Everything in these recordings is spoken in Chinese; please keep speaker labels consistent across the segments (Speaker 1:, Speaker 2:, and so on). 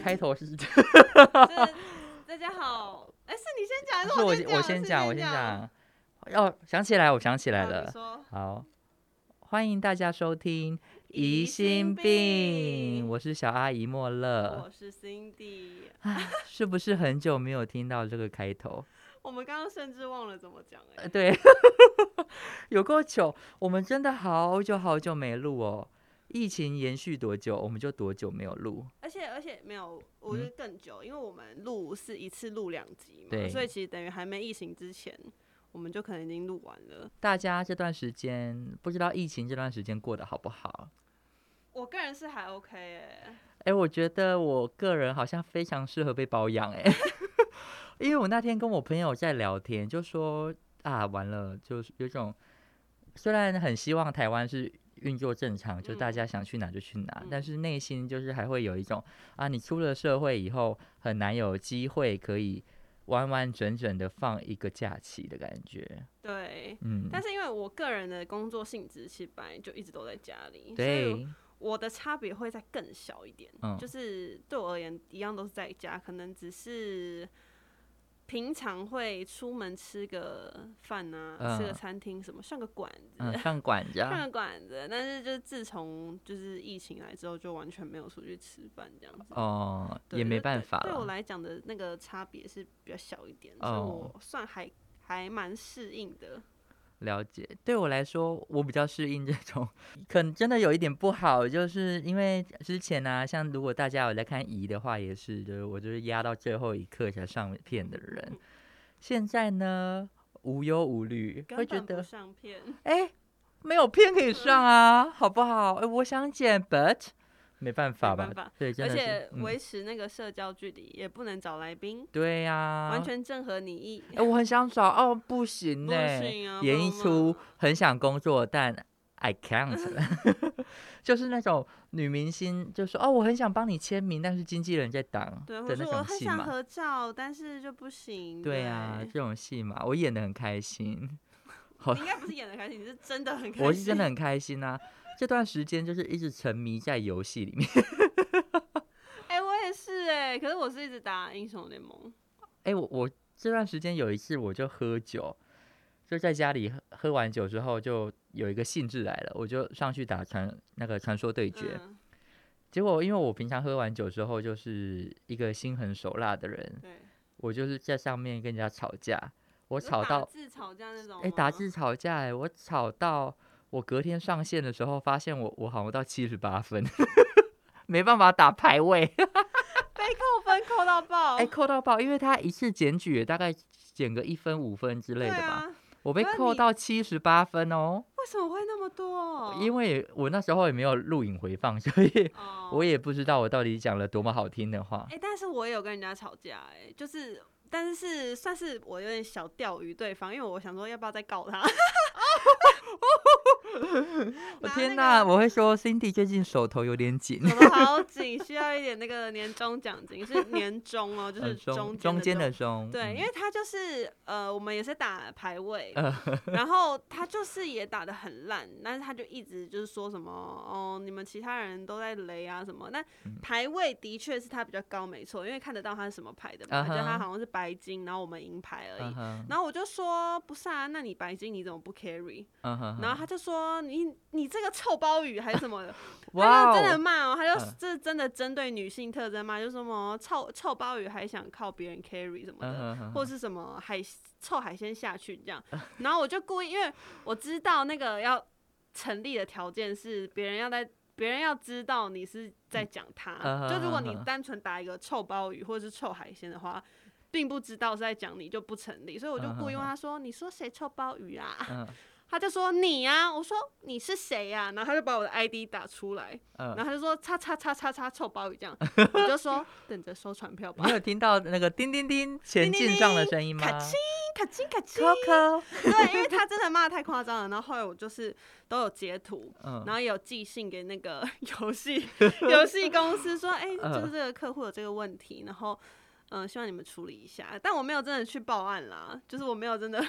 Speaker 1: 开头是，
Speaker 2: 这大家好，哎，是你先讲还
Speaker 1: 是
Speaker 2: 我
Speaker 1: 我
Speaker 2: 先
Speaker 1: 先我
Speaker 2: 先
Speaker 1: 先讲，我
Speaker 2: 先
Speaker 1: 先。讲。哦，想起来，我想起来
Speaker 2: 好你
Speaker 1: 了。
Speaker 2: 说
Speaker 1: 好，欢迎大家收听《
Speaker 2: 疑
Speaker 1: 疑
Speaker 2: 心
Speaker 1: 心病
Speaker 2: 病》，
Speaker 1: 我是小阿姨莫乐
Speaker 2: 我。是 Cindy，
Speaker 1: 唉是不是很久没有听到这个开头？
Speaker 2: 我们刚刚甚至忘了怎么讲哎、
Speaker 1: 呃，对， 有够久，我们真的好久好久没录哦。疫情延续多久，我们就多久没有录。
Speaker 2: 而且而且没有，我
Speaker 1: 嗯
Speaker 2: 觉得更久，因为我们录是一次录两集嘛，
Speaker 1: 对
Speaker 2: 所以其实等于还没疫情之前，我们就可能已经录完了。
Speaker 1: 大家这段时间不知道疫情这段时间过得好不好？
Speaker 2: 我个人是还 OK 哎、
Speaker 1: 哎、我觉得我个人好像非常适合被包养哎、 因为我那天跟我朋友在聊天，就说啊，完了，就是有种虽然很希望台湾是运作正常，就大
Speaker 2: 嗯
Speaker 1: 家想去哪就去哪，
Speaker 2: 嗯
Speaker 1: 但是内心就是还会有一种啊，你出了社会以后很难有机会可以完完整整的放一个假期的感觉，
Speaker 2: 对。
Speaker 1: 嗯，
Speaker 2: 但是因为我个人的工作性质，其实本来就一直都在家里，所以
Speaker 1: 对，
Speaker 2: 我的差别会再更小一点，
Speaker 1: 嗯
Speaker 2: 就是对我而言一样都是在家，可能只是平常会出门吃个饭啊，
Speaker 1: 嗯
Speaker 2: 吃个餐厅什么，上个馆子，
Speaker 1: 嗯，上馆 子
Speaker 2: 上
Speaker 1: 啊，
Speaker 2: 个馆子。但是就是自从就是疫情来之后，就完全没有出去吃饭这样子。
Speaker 1: 哦，
Speaker 2: 对
Speaker 1: 也
Speaker 2: 就
Speaker 1: 没
Speaker 2: 是
Speaker 1: 办
Speaker 2: 对
Speaker 1: 法
Speaker 2: 对我
Speaker 1: 了，
Speaker 2: 来讲的那个差别是比较小一点，所以
Speaker 1: 哦
Speaker 2: 我算还还蛮适应的。
Speaker 1: 了解，对我来说，我比较适应这种，可能真的有一点不好，就是因为之前呢、啊像如果大家有在看姨的话，也是，就是我就是压到最后一刻才上片的
Speaker 2: 嗯
Speaker 1: 人。现在呢，无忧无虑，会
Speaker 2: 根
Speaker 1: 觉
Speaker 2: 本不
Speaker 1: 得
Speaker 2: 上片，
Speaker 1: 哎，没有片可以上啊，好不好？哎，我想剪，but 没办法吧
Speaker 2: 办法？
Speaker 1: 对，真
Speaker 2: 而
Speaker 1: 的是
Speaker 2: 且
Speaker 1: 嗯
Speaker 2: 维持那个社交距离，也不能找来宾。
Speaker 1: 对呀、
Speaker 2: 完全正合你意。
Speaker 1: 哎、我很想找哦，不行
Speaker 2: 不
Speaker 1: 呢、
Speaker 2: 行啊
Speaker 1: 演
Speaker 2: 妈
Speaker 1: 一出
Speaker 2: 妈
Speaker 1: 很想工作，但 I can't，就是那种女明星，就说哦，我很想帮你签名，但是经纪人在挡
Speaker 2: 对，
Speaker 1: 的
Speaker 2: 或
Speaker 1: 那
Speaker 2: 者我
Speaker 1: 种
Speaker 2: 很
Speaker 1: 戏
Speaker 2: 想欸
Speaker 1: 嘛。
Speaker 2: 合照，但是就不行。
Speaker 1: 对啊，这种戏嘛，我演的很开心，
Speaker 2: 你应该不是演的开心，你是真的很开心。
Speaker 1: 我是真的很开心啊。这段时间就是一直沉迷在游戏里面。
Speaker 2: 哎、我也是哎、可是我是一直打英雄联盟。
Speaker 1: 哎、我我这段时间有一次我就喝酒，就在家里喝喝完酒之后，就有一个兴致来了，我就上去打传那个传说对决。
Speaker 2: 嗯，
Speaker 1: 结果因为我平常喝完酒之后就是一个心狠手辣的人，
Speaker 2: 对。
Speaker 1: 我就是在上面跟人家吵架，我
Speaker 2: 就
Speaker 1: 吵
Speaker 2: 打
Speaker 1: 到
Speaker 2: 字吵架那种哦吗。
Speaker 1: 哎打字吵架哎、我吵到我隔天上线的时候发现我我好像到七十八分， 没办法打排位，
Speaker 2: 被扣分扣到 爆。
Speaker 1: 哎、扣到爆，因为他一次检举也大概减个一分五分之类
Speaker 2: 对
Speaker 1: 的吧，
Speaker 2: 啊，
Speaker 1: 我被
Speaker 2: 那
Speaker 1: 扣
Speaker 2: 你
Speaker 1: 到七十八分哦，
Speaker 2: 为什么会那么多？
Speaker 1: 因为我那时候也没有录影回放， 所以
Speaker 2: 哦，
Speaker 1: 我也不知道我到底讲了多么好听的话
Speaker 2: 哎、，但是我也有跟人家吵架、哎，就是，但是是算是我有点小钓鱼对方，因为我想说要不要再告他。
Speaker 1: 我
Speaker 2: 拿
Speaker 1: 天
Speaker 2: 那
Speaker 1: 哪！
Speaker 2: 个
Speaker 1: 我会说 Cindy 最近手头有点紧，
Speaker 2: 手头好紧，需要一点那个年终奖金，是年终哦，就是
Speaker 1: 呃中
Speaker 2: 中
Speaker 1: 中
Speaker 2: 间
Speaker 1: 间
Speaker 2: 的
Speaker 1: 的
Speaker 2: 中。
Speaker 1: 中，
Speaker 2: 对，
Speaker 1: 嗯
Speaker 2: 因为他就是呃，我们也是打 排位，
Speaker 1: 呃
Speaker 2: 然后他就是也打的很烂，但是他就一直就是说什么哦，你们其他人都在雷啊什么。那
Speaker 1: 嗯
Speaker 2: 排位的确是他比较高，没错，因为看得到他是什么牌的嘛，
Speaker 1: 啊
Speaker 2: 就
Speaker 1: 哈
Speaker 2: 他好像是白金，然后我们银牌而
Speaker 1: 嗯
Speaker 2: 已。
Speaker 1: 哼
Speaker 2: 然后我就说不是啊，那你白金你怎么不 carry？
Speaker 1: 嗯哼
Speaker 2: 然后他就说你你这个臭鲍鱼还是什么的，他
Speaker 1: 哇
Speaker 2: 就真的
Speaker 1: 哦，
Speaker 2: 骂哦，他就
Speaker 1: 嗯
Speaker 2: 这是真的针对女性特征骂，就说什么臭臭鲍鱼还想靠别人 carry 什么的，
Speaker 1: 嗯哼
Speaker 2: 或是什么海臭海鲜下去这样。然后我就故意，因为我知道那个要成立的条件是别人要在。别人要知道你是在讲他，
Speaker 1: 嗯
Speaker 2: 就如果你
Speaker 1: 嗯嗯嗯
Speaker 2: 单纯打一个臭鲍鱼或者是臭海鲜的话，并不知道是在讲你就不成立，所以我就故意问他说：“你说谁臭鲍鱼啊？”
Speaker 1: 嗯
Speaker 2: 他就说你呀、我说你是谁呀、然后他就把我的 ID 打出来，
Speaker 1: 嗯
Speaker 2: 然后他就说叉叉叉叉叉臭鲍鱼这样， 我就说等着收传票吧
Speaker 1: 你，有听到那个叮叮叮前
Speaker 2: 叮叮
Speaker 1: 进上的
Speaker 2: 叮
Speaker 1: 声音吗
Speaker 2: 咔嚓咔嚓咔嚓，
Speaker 1: ？Coco，
Speaker 2: 对，因为他真的骂的太夸张了，然后后来我就是都有截图。
Speaker 1: 嗯
Speaker 2: 然后也有寄信给那个 游戏游戏公司说，哎、
Speaker 1: 嗯
Speaker 2: 就是这个客户有这个问题，然后嗯、呃希望你们处理一下。但我没有真的去报案啦，就是我没有真的真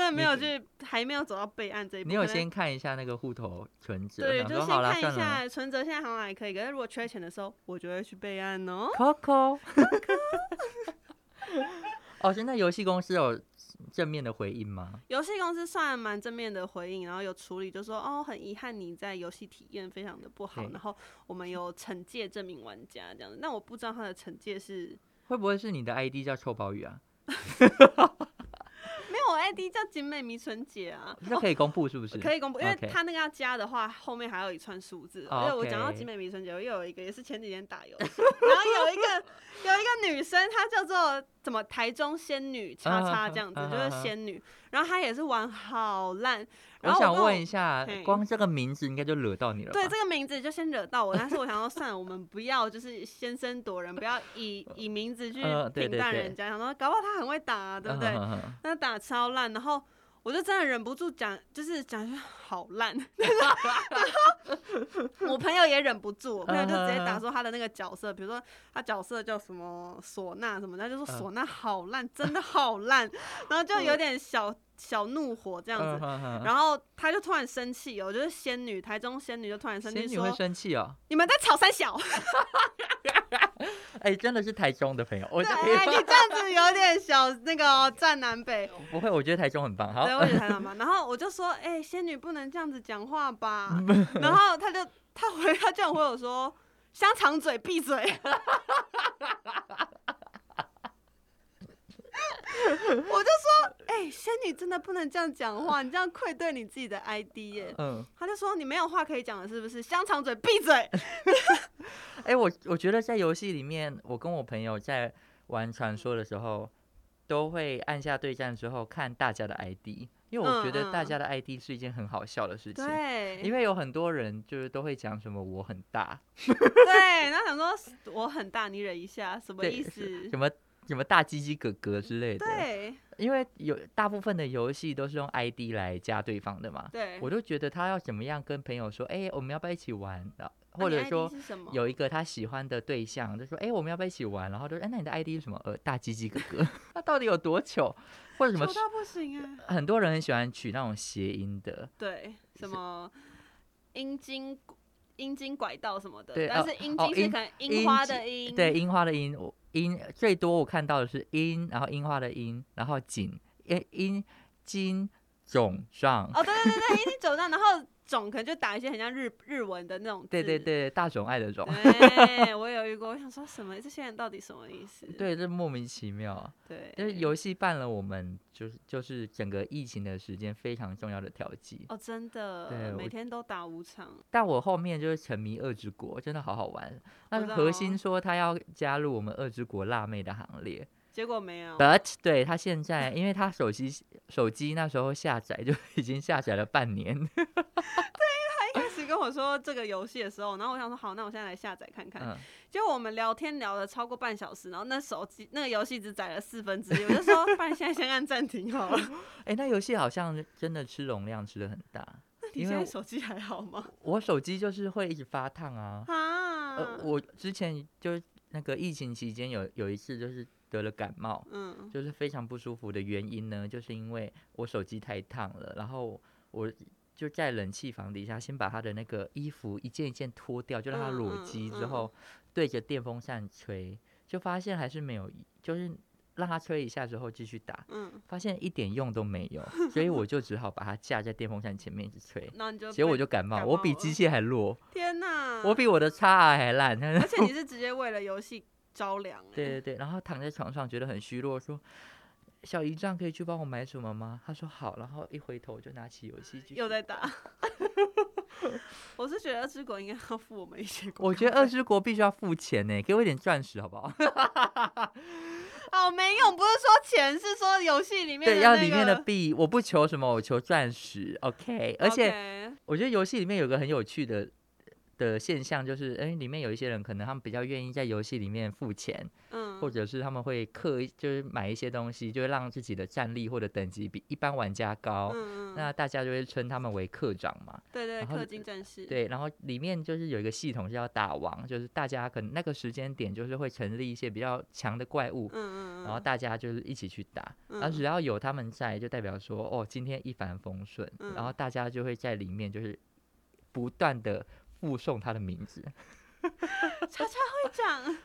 Speaker 2: 真的没有
Speaker 1: 你
Speaker 2: 去，还没有走到备案这一步。
Speaker 1: 你有
Speaker 2: 可能
Speaker 1: 先看一下那个户头存折，
Speaker 2: 对，
Speaker 1: 想
Speaker 2: 就
Speaker 1: 说
Speaker 2: 先
Speaker 1: 好啦
Speaker 2: 看一
Speaker 1: 算了
Speaker 2: 下存折，现在好像还可以。可是如果缺钱的时候，我就会去备案哦。
Speaker 1: ，Coco。哦，现在游戏公司有正面的回应吗？
Speaker 2: 游戏公司算蛮正面的回应，然后有处理，就说哦，很遗憾你在游戏体验非常的不好，
Speaker 1: 对
Speaker 2: 然后我们有惩戒证明玩家这样子。那我不知道他的惩戒是
Speaker 1: 会不会是你的 ID 叫臭鲍鱼啊？
Speaker 2: 没有 ID 叫景美迷纯姐啊，
Speaker 1: 那可以公布是不是？
Speaker 2: 可以公布，因为
Speaker 1: 嗯 OK
Speaker 2: 他那个要加的话，后面还有一串数字。
Speaker 1: 哦
Speaker 2: 因为我讲到
Speaker 1: OK
Speaker 2: 集美迷春节，我又有一个也是前几天打游戏，然后有一个有一个女生，她叫做怎么台中仙女叉叉这样子
Speaker 1: 啊，哈
Speaker 2: 就
Speaker 1: 啊哈
Speaker 2: 是仙女。然后她也是玩好烂，
Speaker 1: 我
Speaker 2: 然后
Speaker 1: 想
Speaker 2: 跟我
Speaker 1: 问一下
Speaker 2: 嘿，
Speaker 1: 光这个名字应该就惹到你了吧？
Speaker 2: 对这个名字就先惹到我，但是我想说算了，我们不要就是先声夺人，不要以以名字去
Speaker 1: 呃对
Speaker 2: 评
Speaker 1: 对
Speaker 2: 判
Speaker 1: 对
Speaker 2: 人家，想说搞不好她很会打、啊，对不对？
Speaker 1: 嗯？嗯嗯
Speaker 2: 那打超烂，然后我就真的忍不住讲，就是讲一下好 烂。然后我朋友也忍不住，我朋友就直接
Speaker 1: 嗯
Speaker 2: 打说他的那个角色，比如说他角色叫什么唢呐什么，他就说
Speaker 1: 嗯
Speaker 2: 唢呐好烂，真的好 烂，然后就有点小小怒火这样
Speaker 1: 嗯
Speaker 2: 子。
Speaker 1: 嗯嗯
Speaker 2: 然后他就突然生气哦，就是仙女，台中仙女就突然生
Speaker 1: 仙
Speaker 2: 气
Speaker 1: 女会
Speaker 2: 说
Speaker 1: 生气哦，：“
Speaker 2: 你们在吵三小。”
Speaker 1: 哎，真的是台中的朋友，我
Speaker 2: 对，哎你这样子有点小那个哦站南北。
Speaker 1: 不会，我觉得台中很棒。好
Speaker 2: 对，，我也台长嘛。然 后我就说，哎、仙女不能这样子讲话吧。 然后他就他回他这样回我说，香肠嘴闭嘴。 我就说，哎、仙女真的不能这样讲话，你这样愧对你自己的 ID 耶。
Speaker 1: 嗯，
Speaker 2: 他就说你没有话可以讲了，是不是？香肠嘴闭嘴。
Speaker 1: 哎，我我觉得在游戏里面，我跟我朋友在玩传说的时候，都会按下对战之后看大家的 ID，因为我觉得大
Speaker 2: 嗯嗯
Speaker 1: 家的 ID 是一件很好笑的事情。
Speaker 2: 对
Speaker 1: 因为有很多人就是都会讲什么我很大，
Speaker 2: 对，然后想说我很大，你忍一下，什么
Speaker 1: 对
Speaker 2: 意 思？
Speaker 1: 什么什么大鸡鸡哥哥之类的。
Speaker 2: 对
Speaker 1: 因为有大部分的游戏都是用 ID 来加对方的嘛，
Speaker 2: 对，
Speaker 1: 我都觉得他要怎么样跟朋友说，哎、我们要不要一起玩？然后
Speaker 2: 啊
Speaker 1: 或
Speaker 2: 你
Speaker 1: 者
Speaker 2: ID
Speaker 1: 说
Speaker 2: 是什么
Speaker 1: 有一个他喜欢的对象，就说，哎、我们要不要一起玩？然后就说，哎、那你的 ID 是什么？呃，大鸡鸡哥 哥，他到底有多糗？或者什么
Speaker 2: 丑？到不行啊？
Speaker 1: 很多人很喜欢取那种谐音的，
Speaker 2: 对，
Speaker 1: 是
Speaker 2: 什么阴茎阴茎拐道什么的，
Speaker 1: 对
Speaker 2: 但
Speaker 1: 哦
Speaker 2: 是阴
Speaker 1: 哦
Speaker 2: 茎是
Speaker 1: 阴
Speaker 2: 可能樱
Speaker 1: 阴
Speaker 2: 花
Speaker 1: 茎
Speaker 2: 的樱，
Speaker 1: 对，樱花的樱，我樱最多我看到的是樱，然后樱花的樱，然后锦，樱樱金种状，
Speaker 2: 哦，对对对对，阴茎走上，然后种可能就打一些很像日日文的那种字，
Speaker 1: 对对对，大种爱的种，
Speaker 2: 对，我也有遇过，我想说什么这些人到底什么意思？
Speaker 1: 对，这莫名其妙啊。
Speaker 2: 对，
Speaker 1: 就是游戏伴了我们，就是就是整个疫情的时间非常重要的调剂。
Speaker 2: 哦，真
Speaker 1: 对
Speaker 2: 的，每
Speaker 1: 我
Speaker 2: 天都打五场，
Speaker 1: 但我后面就是沉迷二之国，真的好好玩。那
Speaker 2: 知道啊
Speaker 1: 核心说他要加入我们二之国辣妹的行列
Speaker 2: 结果没有，
Speaker 1: ，but 对他现在，因为他手机手机那时候下载就 已经下载了半年，
Speaker 2: 一开始跟我说这个游戏的时候，然后我想说好，那我现在来下载看看，
Speaker 1: 嗯，
Speaker 2: 就我们聊天聊了超过半小时，然后那手机那个游戏只载了四分之一，我就说，不然现在先按暂 停好了。
Speaker 1: 哎、那游戏好像真的吃容量吃的很大，
Speaker 2: 那你
Speaker 1: 因
Speaker 2: 现
Speaker 1: 为
Speaker 2: 在
Speaker 1: 我
Speaker 2: 手机还好吗？
Speaker 1: 我手机就是会一直发烫啊。
Speaker 2: 啊，
Speaker 1: 呃，我之前就是那个疫情期间有有一次就是得了感冒，
Speaker 2: 嗯，
Speaker 1: 就是非常不舒服的原因呢，就是因为我手机太烫了，然后我就在冷气房底下先把他的那个衣服一件一件脱掉，就让它
Speaker 2: 嗯
Speaker 1: 裸
Speaker 2: 嗯
Speaker 1: 机之
Speaker 2: 嗯
Speaker 1: 后，对着电风扇吹，就发现还是没有，就是让它吹一下之后继续打，
Speaker 2: 嗯，，
Speaker 1: 发现一点用都没有，所以我就只好把它架在电风扇前面一直吹
Speaker 2: 那你 就
Speaker 1: 结果我
Speaker 2: 被
Speaker 1: 就感冒，
Speaker 2: 感
Speaker 1: 我比
Speaker 2: 冒
Speaker 1: 机
Speaker 2: 了嗯
Speaker 1: 械还弱，
Speaker 2: 天哪，
Speaker 1: 我比我的叉 R 还烂。
Speaker 2: 而且你是直接为了游戏着凉、欸，
Speaker 1: 对对对，然后躺在床上觉得很虚弱，说：“小姨丈可以去帮我买什么吗？”他说：“好。”然后一回头就拿起游戏机。
Speaker 2: 又 在打。我是觉得二之国应该要付我们一些广
Speaker 1: 我
Speaker 2: 告
Speaker 1: 觉得二
Speaker 2: 费
Speaker 1: 之国必须要付钱呢，给我一点钻石好不好？
Speaker 2: 哦没用，不是说钱，是说游戏里面的、
Speaker 1: 对，
Speaker 2: 那
Speaker 1: 要里面的
Speaker 2: 个。
Speaker 1: 币，我不求什么，我求钻石。OK，而且
Speaker 2: OK，
Speaker 1: 我觉得游戏里面有个很有趣的的现象就是，哎、里面有一些人可能他们比较愿意在游戏里面付钱，
Speaker 2: 嗯，
Speaker 1: 或者是他们会刻意就是买一些东西，就会让自己的战力或者等级比一般玩家高。
Speaker 2: 嗯嗯，
Speaker 1: 那大家就会称他们为课长嘛，
Speaker 2: 对对，
Speaker 1: 然后
Speaker 2: 氪金战士，，
Speaker 1: 对，然后里面就是有一个系统是要打王，就是大家可能那个时间点就是会成立一些比较强的怪物，
Speaker 2: 嗯嗯嗯，嗯
Speaker 1: 然后大家就是一起去打，然后只要有他们在，就代表说哦，今天一帆风顺，然后
Speaker 2: 嗯
Speaker 1: 大家就会在里面就是不断的附送他的名字。
Speaker 2: 叉叉会长，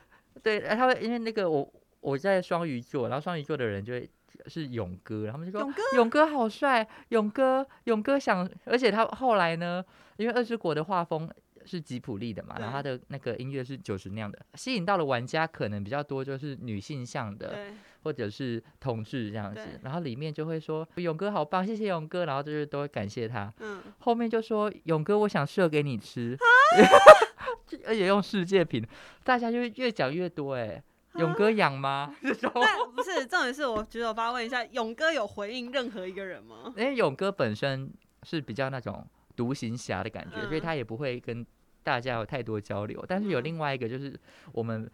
Speaker 1: 对，呃他会因为那个我我在双鱼座，然后双鱼座的人就会是勇哥，他们就说
Speaker 2: 勇哥
Speaker 1: 勇哥好帅，勇哥勇哥想，而且他后来呢，因为二之国的画风。是吉普力的嘛，然后他的那个音乐是九十那样的，吸引到了玩家可能比较多，就是女性向的，
Speaker 2: 对，
Speaker 1: 或者是同志这样子
Speaker 2: 对，
Speaker 1: 然后里面就会说勇哥好棒，谢谢勇哥，然后就是都会感谢他。
Speaker 2: 嗯，
Speaker 1: 后面就说勇哥，我想射给你吃，
Speaker 2: 啊
Speaker 1: 就而且用世界品，大家就会越讲越多哎、勇哥养吗？
Speaker 2: 啊
Speaker 1: 这种，
Speaker 2: 但不是重点是，我觉得我发问一下，勇哥有回应任何一个人吗？
Speaker 1: 因为勇哥本身是比较那种独行侠的感觉，所以
Speaker 2: 嗯
Speaker 1: 他也不会跟大家有太多交流。但是有
Speaker 2: 嗯
Speaker 1: 另外一个就是我们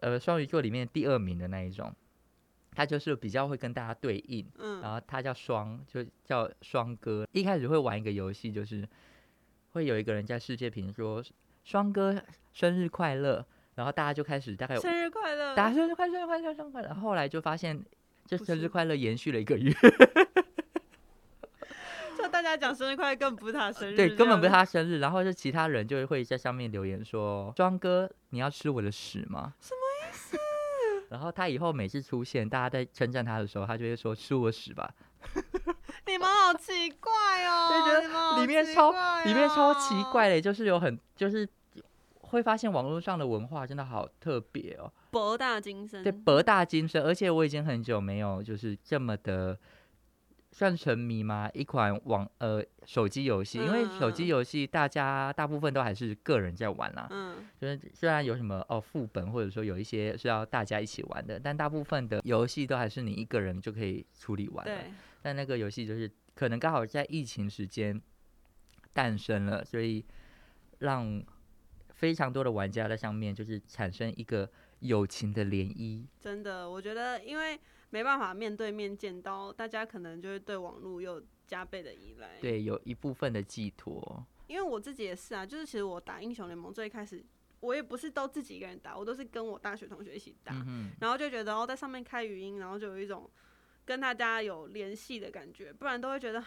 Speaker 1: 呃双鱼座里面第二名的那一种，他就是比较会跟大家对应。然
Speaker 2: 嗯
Speaker 1: 后他叫双，就叫双哥。一开始会玩一个游戏，就是会有一个人在世界屏说“双哥生日快乐”，然后大家就开哎始大概，
Speaker 2: 生日快乐，
Speaker 1: 打生日快乐，生日快乐，生日快乐。后来就发现，这
Speaker 2: 不
Speaker 1: 生日
Speaker 2: 是
Speaker 1: 快乐延续了一个月，
Speaker 2: 就大家讲生日快乐，更不是他的生 日，
Speaker 1: 对，根本不是
Speaker 2: 这样
Speaker 1: 他生日。然后就其他人就会在上面留言说：“双哥，你要吃我的屎吗？”什么意思？然后他以后每次出现，大家在称赞他的时候，他就会说：“吃我屎吧。”
Speaker 2: 子，你们好奇怪哦，
Speaker 1: 对觉得
Speaker 2: 你们好
Speaker 1: 里面
Speaker 2: 奇
Speaker 1: 超
Speaker 2: 怪
Speaker 1: 里面超
Speaker 2: 哦
Speaker 1: 奇，怪的，就是有很就是会发现网络上的文化真的好特别哦，
Speaker 2: 博大精深，
Speaker 1: 对，博大精深，而且我已经很久没有就是这么的。算沉迷吗？一款网呃手机游戏，因为手
Speaker 2: 嗯嗯
Speaker 1: 机
Speaker 2: 嗯
Speaker 1: 游戏大家大部分都还是个人在玩啦、
Speaker 2: 嗯
Speaker 1: 就是虽然有什么哦副本，或者说有一些是要大家一起玩的，但大部分的游戏都还是你一个人就可以处理完了。
Speaker 2: 对，
Speaker 1: 但那个游戏就是可能刚好在疫情时间诞生了，所以让非常多的玩家在上面就是产生一个友情的涟漪。
Speaker 2: 真的，我觉得因为没办法面对面见到，大家可能就会对网络又加倍的依赖，
Speaker 1: 对，有一部分的寄托。
Speaker 2: 因为我自己也是啊，就是其实我打英雄联盟最开始，我也不是都自己一个人打，我都是跟我大学同学一起打，
Speaker 1: 嗯哼，
Speaker 2: 然后就觉得哦，在上面开语音，然后就有一种跟大家有联系的感觉，不然都会觉得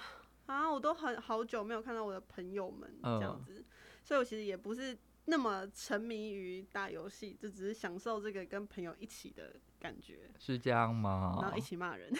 Speaker 2: 啊，我都很好久没有看到我的朋友们
Speaker 1: 嗯
Speaker 2: 这样子，所以我其实也不是那么沉迷于打游戏，就只是享受这个跟朋友一起的感觉，
Speaker 1: 是这样吗
Speaker 2: 然后一？起骂人。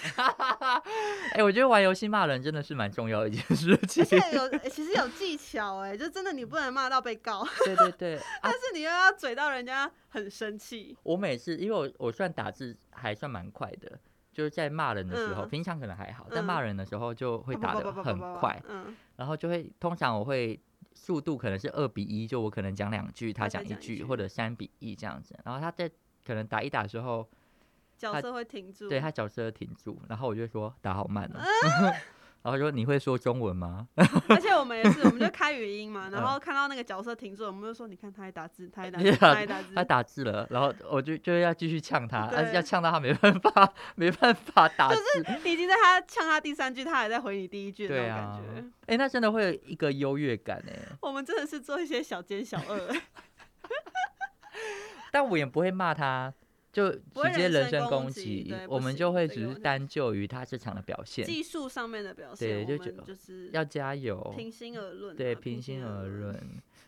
Speaker 1: 哎、我觉得玩游戏骂人真的是蛮重要的一件事情
Speaker 2: 而。且有、欸其实有技巧哎、就真的你不能骂到被告，
Speaker 1: 对对对，啊
Speaker 2: 但，是你又要嘴到人家很生气。
Speaker 1: 我每次因为我我算打字还算蛮快的，就是在骂人的时候，
Speaker 2: 嗯
Speaker 1: 平常可能还好，但
Speaker 2: 嗯
Speaker 1: 骂人的时候就
Speaker 2: 啊
Speaker 1: 会打得很快。
Speaker 2: 嗯，
Speaker 1: 然后就会通常我会速度可能是二比一，就我可能讲两句，他
Speaker 2: 他再
Speaker 1: 讲一
Speaker 2: 讲一
Speaker 1: 句，
Speaker 2: 句
Speaker 1: 或者三比一这样子。然后他在可能打一打的时候，
Speaker 2: 角色会停住。
Speaker 1: 对他角色停住，然后我就说打好
Speaker 2: 啊
Speaker 1: 慢哦。 然后说你会说中文吗？
Speaker 2: 而且我们也是，我们就开语 音嘛，
Speaker 1: 嗯
Speaker 2: 然后看到那个角色停住，我们就说：“你看他还打字，他还打字，他还打字。
Speaker 1: 他打字了，然后我就就要继续呛他，但是
Speaker 2: 对
Speaker 1: 要呛到他没办法， 没办法打字。”
Speaker 2: 你已经在他呛他第三句，他还在回你第一句的
Speaker 1: 对
Speaker 2: 那种
Speaker 1: 啊
Speaker 2: 感觉。，
Speaker 1: 哎、那真的会有一个优越感哎、
Speaker 2: 我们真的是做一些小奸小恶，
Speaker 1: 但我也不会骂他，就
Speaker 2: 不会
Speaker 1: 直接
Speaker 2: 人
Speaker 1: 人
Speaker 2: 身
Speaker 1: 身
Speaker 2: 攻
Speaker 1: 攻
Speaker 2: 击
Speaker 1: 击
Speaker 2: 对，不
Speaker 1: 我们
Speaker 2: 行
Speaker 1: 就会
Speaker 2: 这
Speaker 1: 只
Speaker 2: 个
Speaker 1: 是
Speaker 2: 我
Speaker 1: 单就于他这场的表现。
Speaker 2: 技术上面的
Speaker 1: 对
Speaker 2: 表现，我
Speaker 1: 就觉
Speaker 2: 们
Speaker 1: 得
Speaker 2: 就是
Speaker 1: 要加油，
Speaker 2: 平心而论啊。
Speaker 1: 对，平心而。论。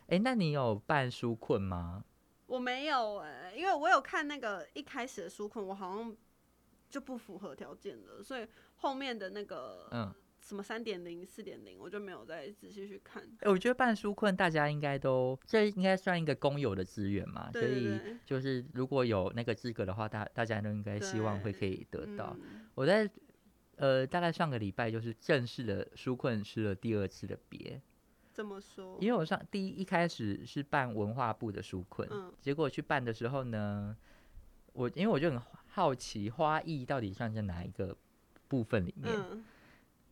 Speaker 1: 哎、那你有办书困吗？
Speaker 2: 我没有哎、因为我有看那个一开始的书困，我好像就不符合条件了，所以后面的那个
Speaker 1: 嗯，
Speaker 2: 什么三点零、四点零，我就没有再仔细去看。
Speaker 1: 诶我觉得办书困大家应该都，这应该算一个公有的资源嘛，
Speaker 2: 对对
Speaker 1: 啊所以
Speaker 2: 对，
Speaker 1: 就是如果有那个资格的话，大大家都应该希望会可以得到。
Speaker 2: 嗯
Speaker 1: 我在呃大概上个礼拜就是正式的书困吃了第二次的鳖，
Speaker 2: 这么说，
Speaker 1: 因为我上第一一开始是办文化部的书困，
Speaker 2: 嗯
Speaker 1: 结果去办的时候呢，我因为我就很好奇花艺到底算在哪一个部分里面，
Speaker 2: 嗯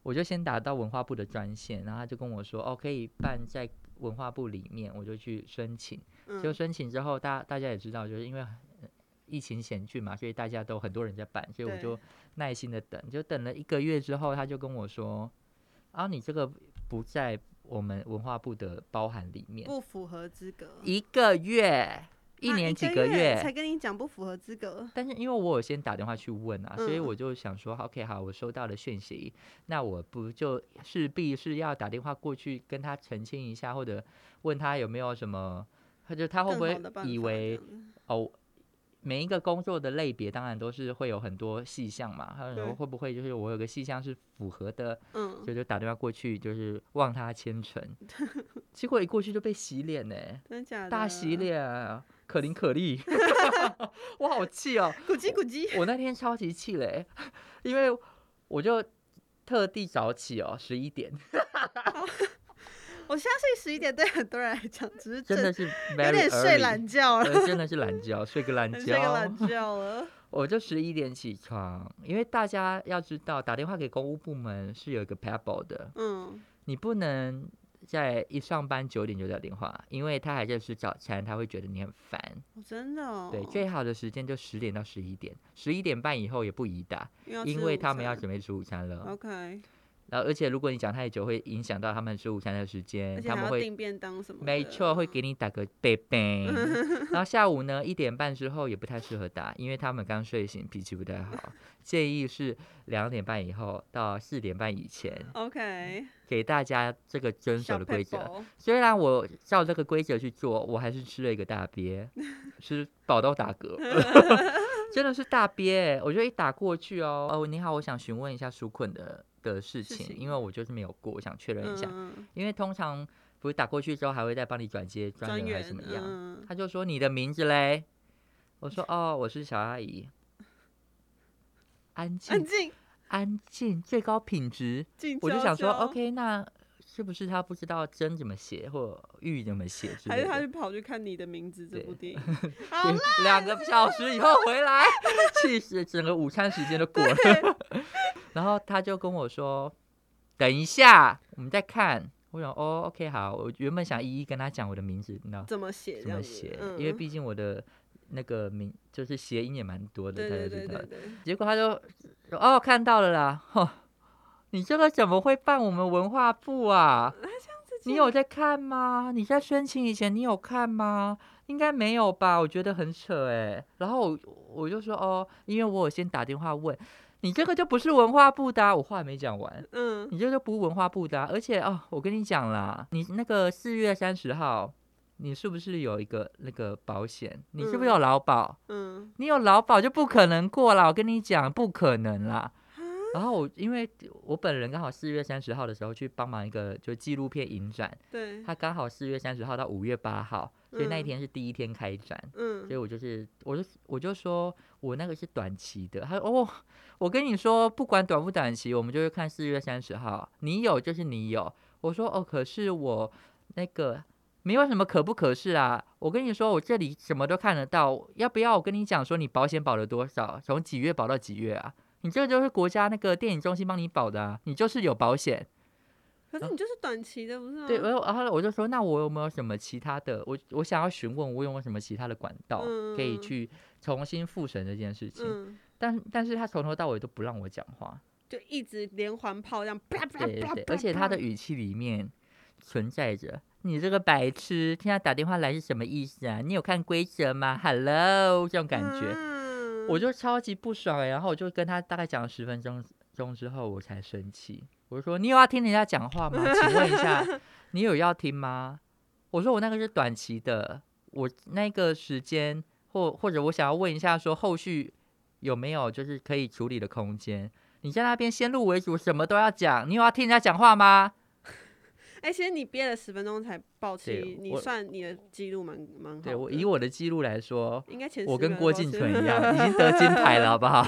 Speaker 1: 我就先打到文化部的专线，然后他就跟我说，哦，可以办在文化部里面，我就去申请。
Speaker 2: 嗯
Speaker 1: 就申请之后，大大家也知道，就是因为呃疫情险峻嘛，所以大家都很多人在办，所以我
Speaker 2: 对
Speaker 1: 就耐心的等，就等了一个月之后，他就跟我说：“啊，你这个不在我们文化部的包含里面。
Speaker 2: 不符合资格”，
Speaker 1: 一个月，一
Speaker 2: 啊
Speaker 1: 年几
Speaker 2: 个
Speaker 1: 个月，
Speaker 2: 才跟你讲不符合资格，
Speaker 1: 但是因为我有先打电话去问啊，所以
Speaker 2: 嗯
Speaker 1: 我就想说，OK，好，我收到了讯息，那我不就势必是要打电话过去跟他澄清一下，或者问他有没有什么，他就他会
Speaker 2: 更
Speaker 1: 不
Speaker 2: 好
Speaker 1: 会
Speaker 2: 的办法
Speaker 1: 以为
Speaker 2: 这样子
Speaker 1: 哦，每一个工作的类别当然都是会有很多细项嘛，他
Speaker 2: 对
Speaker 1: 说会不会就是我有个细项是符合的，
Speaker 2: 嗯
Speaker 1: 所，以就打电话过去就是望他千诚， 结果一过去就被洗脸呢、
Speaker 2: 真的假的？
Speaker 1: 大洗，脸啊，可伶可 俐，我好气哦。
Speaker 2: 咕叽咕叽，
Speaker 1: 我那天超级气嘞、因为我就特地早起哦，十一点，
Speaker 2: 我相信十一点对很多人来讲只是
Speaker 1: 真的
Speaker 2: 正
Speaker 1: 是
Speaker 2: 有
Speaker 1: very
Speaker 2: 点
Speaker 1: early，
Speaker 2: 睡懒觉了，
Speaker 1: 呃真的是懒觉，睡个懒
Speaker 2: 睡个
Speaker 1: 觉
Speaker 2: 懒，觉了，
Speaker 1: 我就十一点起床，因为大家要知道，打电话给公务部门是有一个 pebble 的，
Speaker 2: 嗯，
Speaker 1: 你不能在一上班九点就打电话，因为他还在吃早餐，他会觉得你很烦。
Speaker 2: 我真的哦，
Speaker 1: 对，最好的时间就十点到十一点，十一点半以后也不宜打，
Speaker 2: 因为
Speaker 1: 因
Speaker 2: 要吃
Speaker 1: 为
Speaker 2: 午
Speaker 1: 他们要
Speaker 2: 餐哦
Speaker 1: 准备吃午餐了。
Speaker 2: OK，
Speaker 1: 然后，而且如果你讲太久，会影响到他们吃午餐的时间
Speaker 2: 而，且
Speaker 1: 他
Speaker 2: 还
Speaker 1: 们
Speaker 2: 要
Speaker 1: 会
Speaker 2: 订便当什么的，
Speaker 1: 没错会给你打个 day bang。然后下午呢，一点半之后也不太适合打，因为他们刚睡醒，脾气不太好。建议是两点半以后到四点半以前，
Speaker 2: OK，
Speaker 1: 给大家这个遵守
Speaker 2: 小
Speaker 1: 的规则。
Speaker 2: paper
Speaker 1: 虽然我照这个规则去做，我还是吃了一个大鳖，吃饱到打 嗝，真的是大鳖欸。我就一打过去哦，哦，你好，我想询问一下纾困的的事
Speaker 2: 事
Speaker 1: 情，
Speaker 2: 情
Speaker 1: 因为我就是没有过，我想确认一下，
Speaker 2: 嗯，嗯
Speaker 1: 因为通常不是打过去之后还会再帮你转接专
Speaker 2: 专
Speaker 1: 员还是怎
Speaker 2: 员
Speaker 1: 么样？
Speaker 2: 嗯
Speaker 1: 他就说你的名字嘞，我 说哦，我是小阿姨，安
Speaker 2: 安
Speaker 1: 静，
Speaker 2: 静，
Speaker 1: 安静，最高品质。
Speaker 2: 静
Speaker 1: 我就想说
Speaker 2: 悄悄
Speaker 1: ，OK，那是不是他不知道真怎么写或玉怎么写之
Speaker 2: 还
Speaker 1: 类
Speaker 2: 是他
Speaker 1: 的？
Speaker 2: 就跑去看你的名字这
Speaker 1: 对
Speaker 2: 部电影， 好啦，
Speaker 1: 对两个小时以后回来，气死！整个午餐时间都过了。 然后他就跟我说：“等一下，我们再看。”我想：“哦，OK，好。”我原本想一一跟他讲我的名字，你知道
Speaker 2: 怎么写这
Speaker 1: 怎么
Speaker 2: 样子？
Speaker 1: 写，
Speaker 2: 嗯
Speaker 1: 因为毕竟我的那个名就是谐音也蛮多的，
Speaker 2: 对
Speaker 1: 大
Speaker 2: 对
Speaker 1: 家
Speaker 2: 对
Speaker 1: 知道
Speaker 2: 对。对，
Speaker 1: 结果他就说哦，看到了啦，哼，你这个怎么会办我们文化部啊？你有在看吗？你在申请以前你有看吗？应该没有吧？我觉得很扯哎、然后我我就说哦，因为我有先打电话问，你这个就不是文化部的啊、我话还没讲完，
Speaker 2: 嗯，
Speaker 1: 你这就不是文化部的啊、而且哦，我跟你讲啦，你那个四月三十号，你是不是有一个那个保险？你是不是
Speaker 2: 嗯
Speaker 1: 有劳保？
Speaker 2: 嗯，
Speaker 1: 你有劳保就不可能过啦，我跟你讲，不可能啦。然后我因为我本人刚好四月三十号的时候去帮忙一个就纪录片影展，
Speaker 2: 对，
Speaker 1: 它刚好四月三十号到五月八号，所以那一天是第一天开展，所以
Speaker 2: 嗯，
Speaker 1: 我就是我就我就说我那个是短期的，他说哦，我跟你说不管短不短期，我们就是看四月三十号，你有就是你有。我说哦，可是我那个没有什么可不可是啊，我跟你说我这里什么都看得到，要不要我跟你讲说你保险保了多少，从几月保到几月啊？你这个就是国家那个电影中心帮你保的啊，你就是有保险。
Speaker 2: 可是你就是短期的，不是吗？
Speaker 1: 嗯对，然后然后我就说，那我有没有什么其他的？我我想要询问，我有没有什么其他的管道可以
Speaker 2: 嗯
Speaker 1: 去重新复审这件事情？
Speaker 2: 嗯，
Speaker 1: 但但是他从头到尾都不让我讲话，
Speaker 2: 就一直连环炮这样，啪啪
Speaker 1: 对
Speaker 2: 啪
Speaker 1: 对，
Speaker 2: 啪
Speaker 1: 而且他的
Speaker 2: 啪
Speaker 1: 语气里面存在着你这个白痴，现在打电话来是什么意思啊？你有看规则吗？Hello，这种感觉，
Speaker 2: 嗯
Speaker 1: 我就超级不爽哎、然后我就跟他大概讲了十分钟钟之后，我才生气。我就说：“你有要听人家讲话吗？请问一 下，你有要听吗？”我说：“我那个是短期的，我那个时间或或者我想要问一下，说后续有没有就是可以处理的空间？你在那边先入为主，什么都要讲，你有要听人家讲话吗？
Speaker 2: 哎、其实你憋了十分钟才爆气
Speaker 1: 对，
Speaker 2: 你
Speaker 1: 我
Speaker 2: 算你的记录蛮蛮好的。
Speaker 1: 对我以我的记录来说。”
Speaker 2: 应该前
Speaker 1: 我
Speaker 2: 10
Speaker 1: 跟
Speaker 2: 秒就
Speaker 1: 郭
Speaker 2: 爆
Speaker 1: 敬
Speaker 2: 气
Speaker 1: 淳一
Speaker 2: 了
Speaker 1: 样，已经得金牌了，好不好？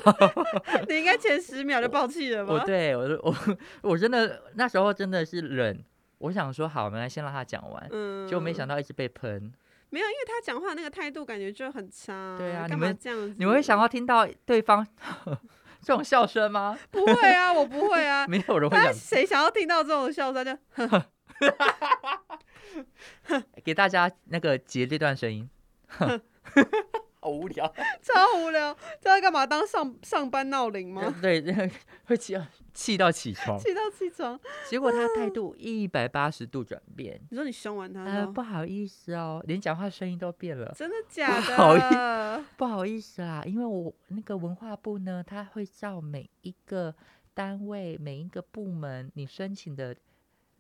Speaker 2: 你应该前十秒就爆气了
Speaker 1: 我
Speaker 2: 吧？
Speaker 1: 对我就我我真的那时候真的是忍，我想说好，我们来先让他讲完，
Speaker 2: 嗯，
Speaker 1: 结果没想到一直被喷。
Speaker 2: 没有，因为他讲话那个态度感觉就很差。
Speaker 1: 对啊你
Speaker 2: 干嘛
Speaker 1: 们
Speaker 2: 这样子？
Speaker 1: 你会想要听到对方 这种笑声吗？
Speaker 2: 不会啊，我不会啊。
Speaker 1: 没有人会
Speaker 2: 他
Speaker 1: 想，
Speaker 2: 谁想要听到这种笑声就？
Speaker 1: 给大家那个截这段声音， 好无聊。
Speaker 2: 超无聊，这要干嘛？当上上班闹铃吗？
Speaker 1: 对，那个会气到气到起床。
Speaker 2: 气到起床。
Speaker 1: 结果他态度一百八十度转变，
Speaker 2: 你说你凶完他
Speaker 1: 呃，
Speaker 2: 吗？
Speaker 1: 不好意思哦，连讲话声音都变了。
Speaker 2: 真的假
Speaker 1: 不好意
Speaker 2: 的？
Speaker 1: 不好意思啦，因为我那个文化部呢，它会照每一个单位、每一个部门你申请的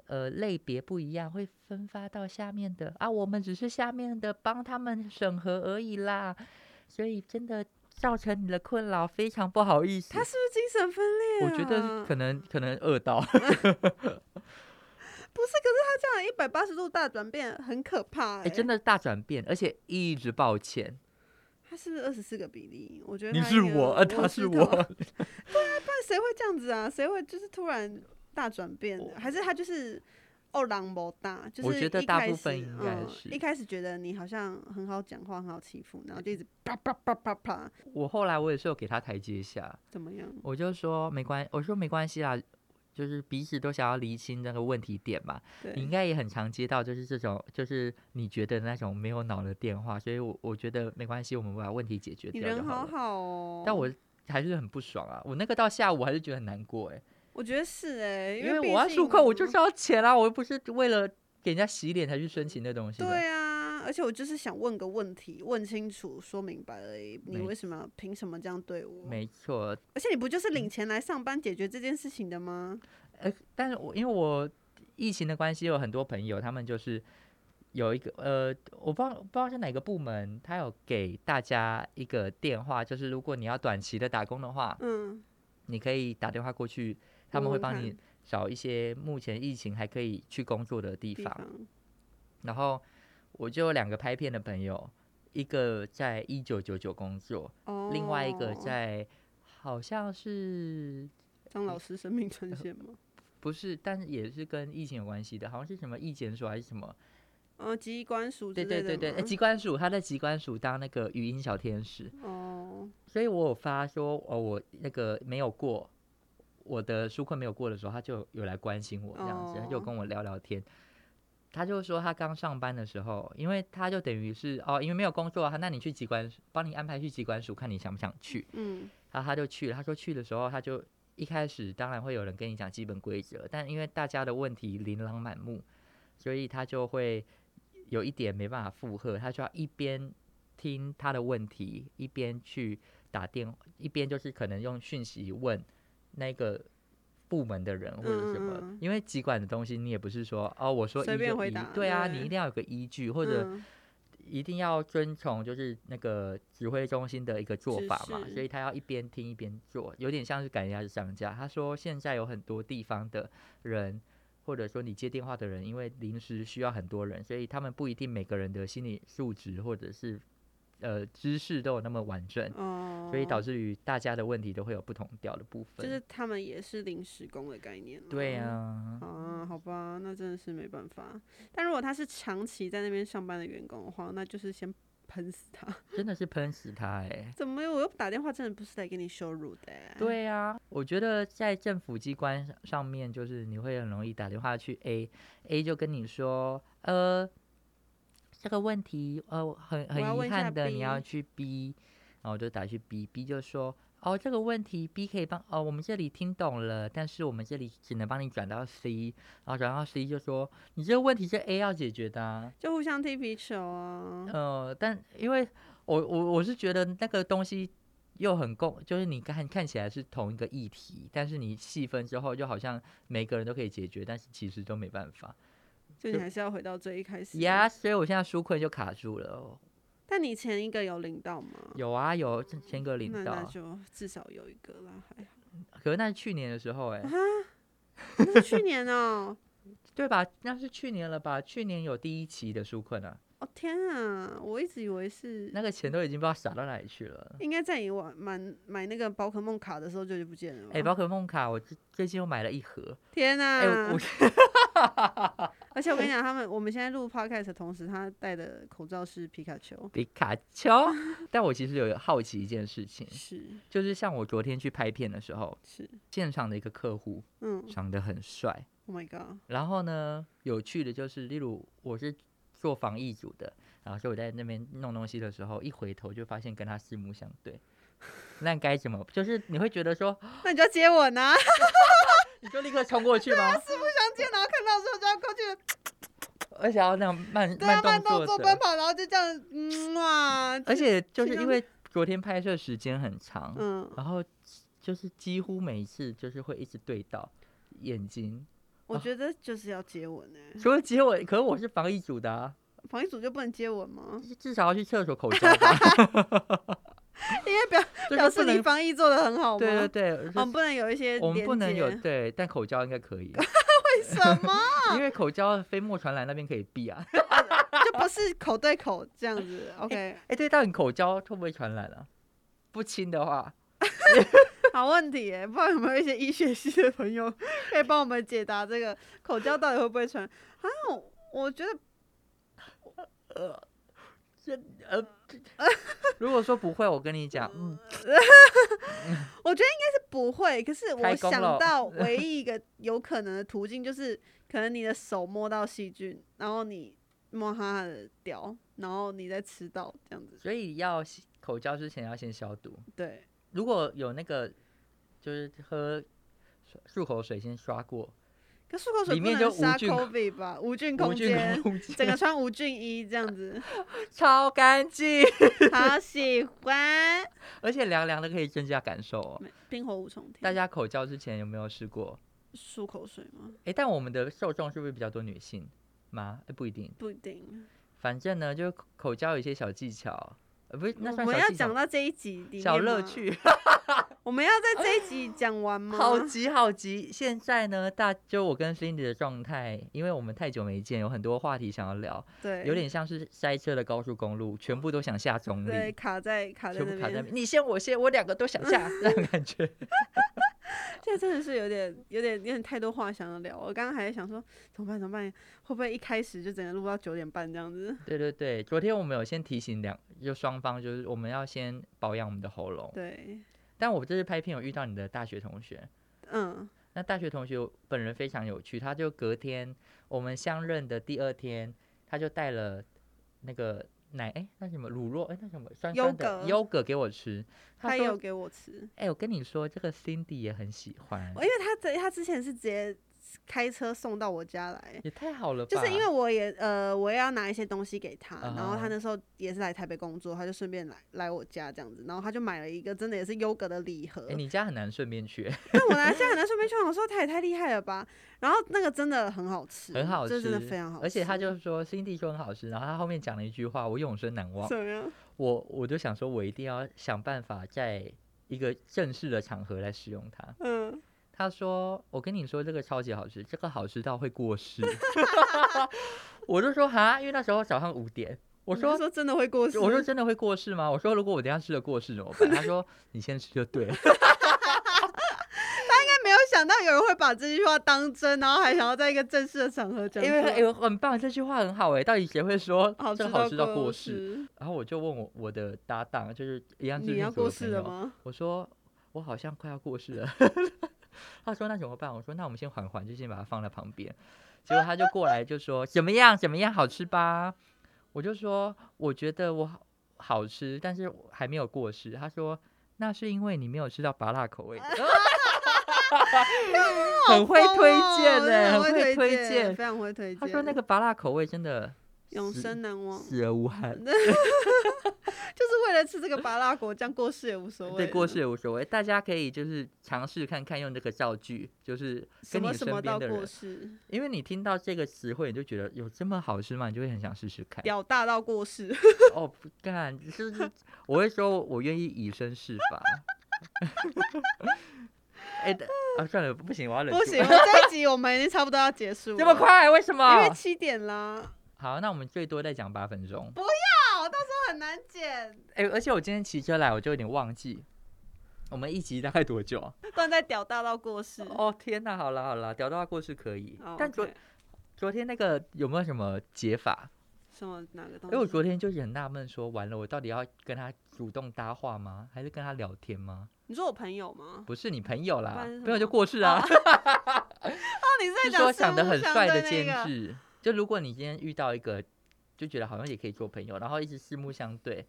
Speaker 1: 呃类别不一样，会分发到下面的啊。我们只是下面的帮他们审核而已啦，所以真的造成你的困扰，非常不好意思。
Speaker 2: 他是不是精神分裂、
Speaker 1: 我
Speaker 2: 啊？
Speaker 1: 觉得可能可能饿到，
Speaker 2: 不是，可是他这样一百八十度大转变很可怕、欸。
Speaker 1: 哎、真
Speaker 2: 的，
Speaker 1: 的大转变，而且一直抱歉，
Speaker 2: 他是不是二十四个比例？我觉得
Speaker 1: 你
Speaker 2: 他
Speaker 1: 是
Speaker 2: 应该
Speaker 1: 我，
Speaker 2: 有
Speaker 1: 呃，他是
Speaker 2: 知道啊
Speaker 1: 我，
Speaker 2: 那谁会这样子啊？谁会就是突然大转变
Speaker 1: 我？
Speaker 2: 还是他就是哦狼谋大？就是
Speaker 1: 我觉得
Speaker 2: 一
Speaker 1: 大
Speaker 2: 开
Speaker 1: 部
Speaker 2: 始
Speaker 1: 分应该是
Speaker 2: 嗯、一开始觉得你好像很好讲话，很好欺负，然后就一直啪啪啪啪啪，
Speaker 1: 我后来我也是有给他台阶下。
Speaker 2: 怎么样？
Speaker 1: 我就说没关，我说没关系啦，就是彼此都想要厘清那个问题点嘛。你应
Speaker 2: 对，
Speaker 1: 该也很常接到就是这种，就是你觉得那种没有脑的电话，所以我我觉得没关系，我们把问题解决
Speaker 2: 你
Speaker 1: 掉就
Speaker 2: 人
Speaker 1: 好
Speaker 2: 好
Speaker 1: 了。
Speaker 2: 好哦。
Speaker 1: 但我还是很不爽啊！我那个到下午还是觉得很难过哎、
Speaker 2: 我觉得是哎、
Speaker 1: 因
Speaker 2: 为
Speaker 1: 为
Speaker 2: 毕
Speaker 1: 我要
Speaker 2: 竟
Speaker 1: 纾困，我就是要钱啊啦、我又不是为了给人家洗脸才去申请那东西的。
Speaker 2: 对啊，而且我就是想问个问题，问清楚、说明白而已。你
Speaker 1: 没
Speaker 2: 为什么要凭什么这样对我？
Speaker 1: 没嗯错，
Speaker 2: 而且你不就是领钱来上班解决这件事情的吗？
Speaker 1: 呃，但是我因为我疫情的关系，有很多朋友他们就是有一个呃，我不知道不知道是哪个部门，他有给大家一个电话，就是如果你要短期的打工的话，
Speaker 2: 嗯，
Speaker 1: 你可以打电话过去，他们
Speaker 2: 问
Speaker 1: 会
Speaker 2: 问
Speaker 1: 帮
Speaker 2: 看
Speaker 1: 你找一些目前疫情还可以去工作的地
Speaker 2: 地
Speaker 1: 方。
Speaker 2: 方
Speaker 1: 然后我就有两个拍片的朋友，一个在一九九九工作，
Speaker 2: 哦，
Speaker 1: 另外一个在好像是
Speaker 2: 张老师生 命呈现吗？
Speaker 1: 不是，但是也是跟疫情有关系的，好像是什么疫检所还是什么。
Speaker 2: 嗯、机关署
Speaker 1: 对
Speaker 2: 之类的
Speaker 1: 对对对，呃
Speaker 2: 吗
Speaker 1: 机关署他在机关署当那个语音小天使，
Speaker 2: 哦，
Speaker 1: 所以我有发说哦，我那个没有过，我的纾困没有过的时候，他就有来关心我这样子，他就
Speaker 2: 哦
Speaker 1: 跟我聊聊天。他就说他刚上班的时候，因为他就等于是哦，因为没有工作啊，那你去机关帮你安排去机关署，看你想不想去。
Speaker 2: 嗯，
Speaker 1: 然后他就去了。他说去的时候，他就一开始当然会有人跟你讲基本规则，但因为大家的问题琳琅满目，所以他就会有一点没办法负荷，他就要一边听他的问题，一边去打电，一边就是可能用讯息问那个。部门的人或者什么，
Speaker 2: 嗯嗯嗯
Speaker 1: 因为几管的东西你也不是说哦，我说一
Speaker 2: 随便
Speaker 1: 就
Speaker 2: 回
Speaker 1: 一
Speaker 2: 答
Speaker 1: 对啊，
Speaker 2: 对
Speaker 1: 你一定要有个依据，或者
Speaker 2: 嗯
Speaker 1: 一定要遵从就是那个指挥中心的一个做
Speaker 2: 指
Speaker 1: 法嘛，
Speaker 2: 示
Speaker 1: 所以他要一边听一边做，有点像是赶人家的商家。他说现在有很多地方的人，或者说你接电话的人，因为临时需要很多人，所以他们不一定每个人的心理素质或者是呃知识都有那么完整，
Speaker 2: 哦，
Speaker 1: 所以导致于大家的问题都会有不同调的部分。
Speaker 2: 就是他们也是临时工的概念了。
Speaker 1: 对。啊，
Speaker 2: 啊，好吧，那真的是没办法。但如果他是长期在那边上班的员工的话，那就是先喷死他。
Speaker 1: 真的是喷死他哎、
Speaker 2: 怎么我又打电话，真的不是来给你羞辱的、，欸
Speaker 1: 对啊，我觉得在政府机关上上面，就是你会很容易打电话去 A，A 就跟你说，呃，这个问题，呃，我很
Speaker 2: 我要
Speaker 1: 很
Speaker 2: 问
Speaker 1: 遗
Speaker 2: 一下
Speaker 1: 憾的，你要
Speaker 2: B
Speaker 1: 去 B，然后我就打去 B，B 就说，哦，这个问题 B 可以帮，哦，我们这里听懂了，但是我们这里只能帮你转到 C，然后转到 C 就说，你这个问题是 A 要解决的、啊，
Speaker 2: 就互相踢皮球啊。
Speaker 1: 呃，但因为我我我是觉得那个东西又很共，就是你看看起来是同一个议题，但是你细分之后，就好像每个人都可以解决，但是其实都没办法
Speaker 2: 就
Speaker 1: 就
Speaker 2: 你还是要回到最一开始。
Speaker 1: 呀。所以我现在纾困就卡住了。哦
Speaker 2: 但你前一个有领到吗？
Speaker 1: 有啊，有前个领
Speaker 2: 那那
Speaker 1: 导，
Speaker 2: 就至少有一个啦，还好。
Speaker 1: 可是那是去年的时候、
Speaker 2: 啊
Speaker 1: 欸，哎，
Speaker 2: 那是去年哦、
Speaker 1: 对吧？那是去年了吧？去年有第一期的纾困啊，
Speaker 2: 哦天啊，我一直以为是
Speaker 1: 那个钱都已经不知道撒到哪里去了。
Speaker 2: 应该在你玩买买那个宝可梦卡的时候就就不见了吧。
Speaker 1: 哎
Speaker 2: 嗯
Speaker 1: 哎、宝可梦卡，我最最近又买了一盒。
Speaker 2: 天啊！
Speaker 1: 哎、我我
Speaker 2: 而且我跟 你讲，他们我们现在录 podcast 的同时，他戴的口罩是皮卡丘，
Speaker 1: 皮卡丘。但我其实有好奇一件事情，
Speaker 2: 是
Speaker 1: 就是像我昨天去拍片的时候，
Speaker 2: 是，
Speaker 1: 现场的一个客户
Speaker 2: 嗯
Speaker 1: 长得很帅，
Speaker 2: ，Oh my god，
Speaker 1: 然后呢，有趣的就是，例如我是做防疫组的，然后所以我在那边弄东西的时候，一回头就发现跟他四目相对，那该怎么？就是你会觉得说，
Speaker 2: 那你就要接吻啊！
Speaker 1: 你就立刻冲过去吗？
Speaker 2: 相见，然后看到之后就要过去，
Speaker 1: 而且要那样慢
Speaker 2: 对啊，慢
Speaker 1: 动
Speaker 2: 动
Speaker 1: 作
Speaker 2: 作
Speaker 1: 的，
Speaker 2: 奔跑，然后就这样，嗯哇，
Speaker 1: 而且就是
Speaker 2: 去
Speaker 1: 因为昨天拍摄时间很长，
Speaker 2: 嗯，
Speaker 1: 然后就是几乎每一次就是会一直对到眼睛，
Speaker 2: 我觉得就是要接吻哎、
Speaker 1: 除了接吻，可是我是防疫组的、啊，
Speaker 2: 防疫组就不能接吻吗？
Speaker 1: 至少要去厕所口交吧，
Speaker 2: 因为表
Speaker 1: 就
Speaker 2: 表
Speaker 1: 是不
Speaker 2: 示你
Speaker 1: 能。
Speaker 2: 防疫做的很好吗？
Speaker 1: 对对对，
Speaker 2: 我们不能有一些
Speaker 1: 我们不能有
Speaker 2: 连接
Speaker 1: 对，但口交应该 可以，
Speaker 2: 为什么？
Speaker 1: 因为口交飞沫传染那边可以避啊。
Speaker 2: 就不是口对口这样子？OK，
Speaker 1: 哎，对，到底口交会不会传染啊？不亲的话，
Speaker 2: 好问题耶，不知道有没有一些医学系的朋友可以帮我们解答这个口交到底会不会传啊？我我觉得
Speaker 1: 如果说不会，我跟你讲，嗯，
Speaker 2: 是不会，可是我
Speaker 1: 开工
Speaker 2: 想
Speaker 1: 了
Speaker 2: 到唯一一个有可能的途径就是，可能你的手摸到细菌，然后你摸它的屌，然后你再吃到这样子。
Speaker 1: 所以要洗口交之前要先消毒。
Speaker 2: 对，
Speaker 1: 如果有那个就是喝漱口水先刷过，
Speaker 2: 可漱口水
Speaker 1: 里
Speaker 2: 不
Speaker 1: 面
Speaker 2: 能
Speaker 1: 就无
Speaker 2: 杀
Speaker 1: 菌
Speaker 2: COVID 吧？无菌空
Speaker 1: 无菌
Speaker 2: 间，
Speaker 1: 空
Speaker 2: 整
Speaker 1: 间
Speaker 2: 个穿无菌衣这样 子，
Speaker 1: 超干净，
Speaker 2: 好喜欢。
Speaker 1: 而且凉凉的可以增加感受哦。
Speaker 2: 没冰火五重天，
Speaker 1: 大家口交之前有没有试过？
Speaker 2: 漱口水吗？
Speaker 1: 哎，但我们的受众是不是比较多女性吗？诶不一定。
Speaker 2: 不一定。
Speaker 1: 反正呢，就是口口交有一些小技巧，呃，不是，那
Speaker 2: 我
Speaker 1: 算
Speaker 2: 们
Speaker 1: 小
Speaker 2: 要
Speaker 1: 技
Speaker 2: 讲
Speaker 1: 巧，
Speaker 2: 到这一集里面
Speaker 1: 小乐
Speaker 2: 吗，
Speaker 1: 趣。
Speaker 2: 我们要在这一集讲完吗？
Speaker 1: 好急好急！现在呢，大就我跟 Cindy 的状态，因为我们太久没见，有很多话题想要聊，
Speaker 2: 对，
Speaker 1: 有点像是塞车的高速公路，全部都想下总
Speaker 2: 对
Speaker 1: 理，
Speaker 2: 卡在卡在
Speaker 1: 全
Speaker 2: 那
Speaker 1: 部卡在
Speaker 2: 边，
Speaker 1: 你先我先，我两个都想 下那种感觉。
Speaker 2: 现在真的是有点有点有点太多话想要聊。我刚刚还在想说怎么办怎么办，会不会一开始就整个录到九点半这样子？
Speaker 1: 对对对，昨天我们有先提醒两，就双方就是我们要先保养我们的喉咙。
Speaker 2: 对，
Speaker 1: 但我这次拍片有遇到你的大学同学，
Speaker 2: 嗯，
Speaker 1: 那大学同学本人非常有趣，他就隔天我们相认的第二天，他就带了那个奶，哎、那什么乳酪，哎、那什么酸酸的
Speaker 2: 优
Speaker 1: 优格给我吃。他
Speaker 2: 他也有
Speaker 1: 说
Speaker 2: 给我吃，：“
Speaker 1: 哎、我跟你说，这个 Cindy 也很喜欢
Speaker 2: 我，因为他在他之前是直接开车送到我家来。
Speaker 1: 也太好了吧？”
Speaker 2: 就是因为我也呃，我也要拿一些东西给他，
Speaker 1: 啊哈
Speaker 2: 然后他那时候也是来台北工作，他就顺便来来我家这样子，然后他就买了一个真的也是优格的礼盒
Speaker 1: 哎、，你家很难顺便去，
Speaker 2: 但我拿下来拿顺便去，我说他也太厉害了吧，然后那个真的很好吃，
Speaker 1: 很好
Speaker 2: 这
Speaker 1: 吃，
Speaker 2: 真的非常好吃，
Speaker 1: 而且他就说 Cindy 说很好吃，然后他后面讲了一句话，我永生难忘。
Speaker 2: 怎么样？
Speaker 1: 我我就想说，我一定要想办法在一个正式的场合来使用它。
Speaker 2: 嗯，
Speaker 1: 他说：“我跟你说，这个超级好吃，这个好吃到会过 世。” 我就说：“哈，因为那时候早上五点。”我
Speaker 2: 你
Speaker 1: 说
Speaker 2: 就说真的会过：“世，
Speaker 1: 我说真的会过世吗？”我说：“如果我等一下吃了过世怎么办？”他说：“你先吃就对了。
Speaker 2: 但没有想到有人会把这句话当真，然后还想要在一个正式的场合”讲出
Speaker 1: 因
Speaker 2: 来，
Speaker 1: 为哎、很棒，这句话很好哎、到底谁会说
Speaker 2: 好
Speaker 1: 这
Speaker 2: 吃
Speaker 1: 个好吃到
Speaker 2: 过
Speaker 1: 过世？，然后我就问我我的搭档，就是一样是
Speaker 2: 你要过世了？吗？
Speaker 1: 我说：“我好像快要过世了。” 他说：“那怎么办？”我说：“那我们先缓缓，就先把它放在旁边。”结果他就过来就说：“怎么样？怎么样？好吃吧？”我就说：“我觉得我好好吃，但是我还没有过世。”他说：“那是因为你没有吃到拔辣口味的。” 很会推荐
Speaker 2: 呢、
Speaker 1: 呢、很
Speaker 2: 哦真的很
Speaker 1: 会推
Speaker 2: 荐，
Speaker 1: 荐。
Speaker 2: 非常会推荐。
Speaker 1: 他说那个拔辣口味真的
Speaker 2: 永生难忘，
Speaker 1: 死而无憾，
Speaker 2: 就是为了吃这个麻辣锅，这样过世也无所谓。
Speaker 1: 对过世。也无所谓。大家可以就是尝试看看用这个造句，就是
Speaker 2: 什
Speaker 1: 跟你
Speaker 2: 么什么
Speaker 1: 身边
Speaker 2: 到
Speaker 1: 的人
Speaker 2: 过世，
Speaker 1: 因为你听到这个词汇，你就觉得有这么好吃吗？你就会很想试试看。
Speaker 2: 屌大到过世，
Speaker 1: 哦，不干，就是 我会说，我愿意以身试法。哎、的啊，算了，不行，我要忍住。
Speaker 2: 不 行！这一集我们已经差不多要结束了，
Speaker 1: 这么？快？啊为什
Speaker 2: 因
Speaker 1: 么
Speaker 2: 为？七点啦，啊
Speaker 1: 好，那我们最多再讲八分钟。
Speaker 2: 都很难剪，
Speaker 1: 哎、而且我今天骑车来，我就有点忘记，我们一集大概多 久啊？哦
Speaker 2: 不然再屌大到过世。
Speaker 1: 哦，天哪！好了好了，屌到过是可以，
Speaker 2: 哦
Speaker 1: 但昨
Speaker 2: OK
Speaker 1: 昨天那个有没有什么解法？
Speaker 2: 什么哪个东
Speaker 1: 因
Speaker 2: 西？
Speaker 1: 哎为我昨天就很纳闷，说完了，我到底要跟他主动搭话吗？还是跟他聊天吗？
Speaker 2: 你说我朋友吗？
Speaker 1: 不是你朋友啦
Speaker 2: 不然是什，么
Speaker 1: 朋友就过世啦、
Speaker 2: 哦，你是
Speaker 1: 是
Speaker 2: 在
Speaker 1: 说
Speaker 2: 讲
Speaker 1: 长得很帅的监
Speaker 2: 那个？
Speaker 1: 制。就如果你今天遇到一个，就觉得好像也可以做朋友，然后一直四目相对，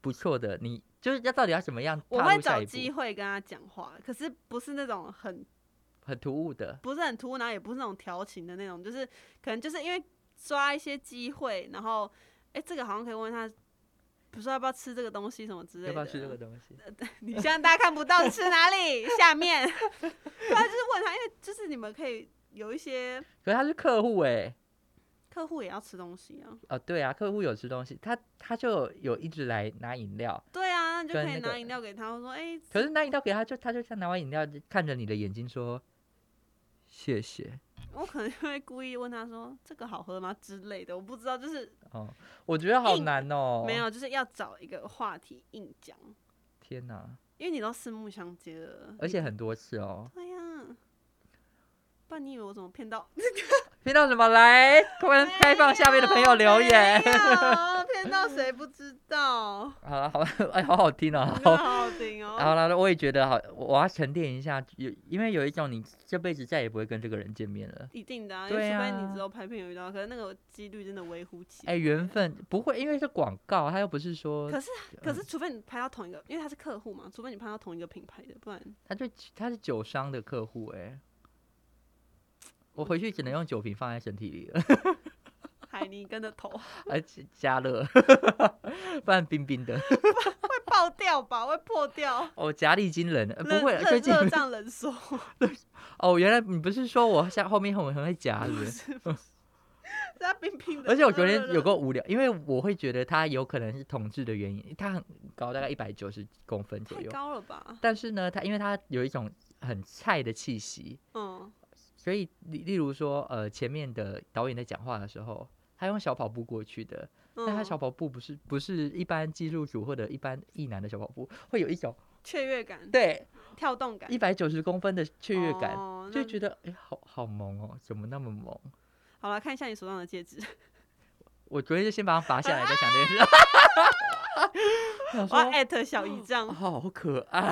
Speaker 1: 不错的，你就是要到底要怎么样
Speaker 2: 我
Speaker 1: 踏
Speaker 2: 会
Speaker 1: 入下
Speaker 2: 找
Speaker 1: 一
Speaker 2: 机
Speaker 1: 步？
Speaker 2: 会跟他讲话，可是不是那种很
Speaker 1: 很突兀的，
Speaker 2: 不是很突兀，然后也不是那种调情的那种，就是可能就是因为抓一些机会，然后哎、这个好像可以问他，比如说要不要吃这个东西什么之类的。啊
Speaker 1: 要不要吃这个东西？
Speaker 2: 你现在大家看不到吃哪里，下面。 对啊，就是问他，因为就是你们可以有一些
Speaker 1: 可是他是客户哎、
Speaker 2: 客户也要吃东西啊。
Speaker 1: 哦对啊，客户有吃东西，他他就有一直来拿饮料，
Speaker 2: 对啊，那你就
Speaker 1: 跟
Speaker 2: 可以
Speaker 1: 那个
Speaker 2: 拿饮料给他，我说哎、
Speaker 1: 可是拿饮料给他就他就像拿完饮料就看着你的眼睛说谢谢
Speaker 2: 我可能就会故意问他说这个好喝吗之类的，我不知道，就是
Speaker 1: 哦，我觉得好
Speaker 2: 硬
Speaker 1: 难哦，
Speaker 2: 哎没有，就是要找一个话题硬讲，
Speaker 1: 天哪，
Speaker 2: 因为你都四目相接了，
Speaker 1: 而且很多次哦，
Speaker 2: 对哎呀、不然你以为我怎么骗到？
Speaker 1: 听到什么来？快开放下面的朋友留言。
Speaker 2: 没有骗到谁不知 道？
Speaker 1: 好了，好了，哎，好好听哦。
Speaker 2: 好好听哦。
Speaker 1: 好了，我也觉得好，我我要沉淀一下，有因为有一种你这辈子再也不会跟这个人见面了。
Speaker 2: 一定的啊，因
Speaker 1: 对
Speaker 2: 为除非
Speaker 1: 啊
Speaker 2: 你只有拍片有遇到，可是那个几率真的微乎其微。
Speaker 1: 哎，缘分不会，因为是广告，他又不是说，
Speaker 2: 可是
Speaker 1: 啊
Speaker 2: 可是，除非你拍到同一个，因为他是客户嘛，除非你拍到同一个品牌的，不然
Speaker 1: 他就他是酒商的客户哎、我回去只能用酒瓶放在身体里了，
Speaker 2: 海尼根的头 会
Speaker 1: 而且哎加热， 不然冰冰的。
Speaker 2: 爆掉吧，会破掉。
Speaker 1: 哦，夹力惊人，呃
Speaker 2: 热
Speaker 1: 不会，
Speaker 2: 热
Speaker 1: 最近
Speaker 2: 热胀冷缩，
Speaker 1: 哦，原来你不是说我像后面很很会夹是不是？
Speaker 2: 他冰冰的。
Speaker 1: 而且我
Speaker 2: 热
Speaker 1: 昨天
Speaker 2: 热热
Speaker 1: 有够无聊，因为我会觉得他有可能是统治的原因，他很高，大概一百九十公分左
Speaker 2: 太
Speaker 1: 右。
Speaker 2: 高了吧？
Speaker 1: 但是呢，他因为他有一种很菜的气息，
Speaker 2: 嗯，
Speaker 1: 所以例例如说，呃，前面的导演在讲话的时候，他用小跑步过去的，
Speaker 2: 嗯
Speaker 1: 但他小跑步不是不是一般技术组或者一般意男的小跑步，会有一种
Speaker 2: 雀跃感、
Speaker 1: 对
Speaker 2: 跳动感、
Speaker 1: 一百九十公分的雀跃感，
Speaker 2: 哦
Speaker 1: 就
Speaker 2: 那
Speaker 1: 觉得哎、好好萌哦，怎么那么萌？
Speaker 2: 好了，看一下你手上的戒指。
Speaker 1: 我昨天就先把它拔下来，再想这件事。 想
Speaker 2: 我
Speaker 1: 说
Speaker 2: 要艾特小姨丈
Speaker 1: 哦，，好可爱！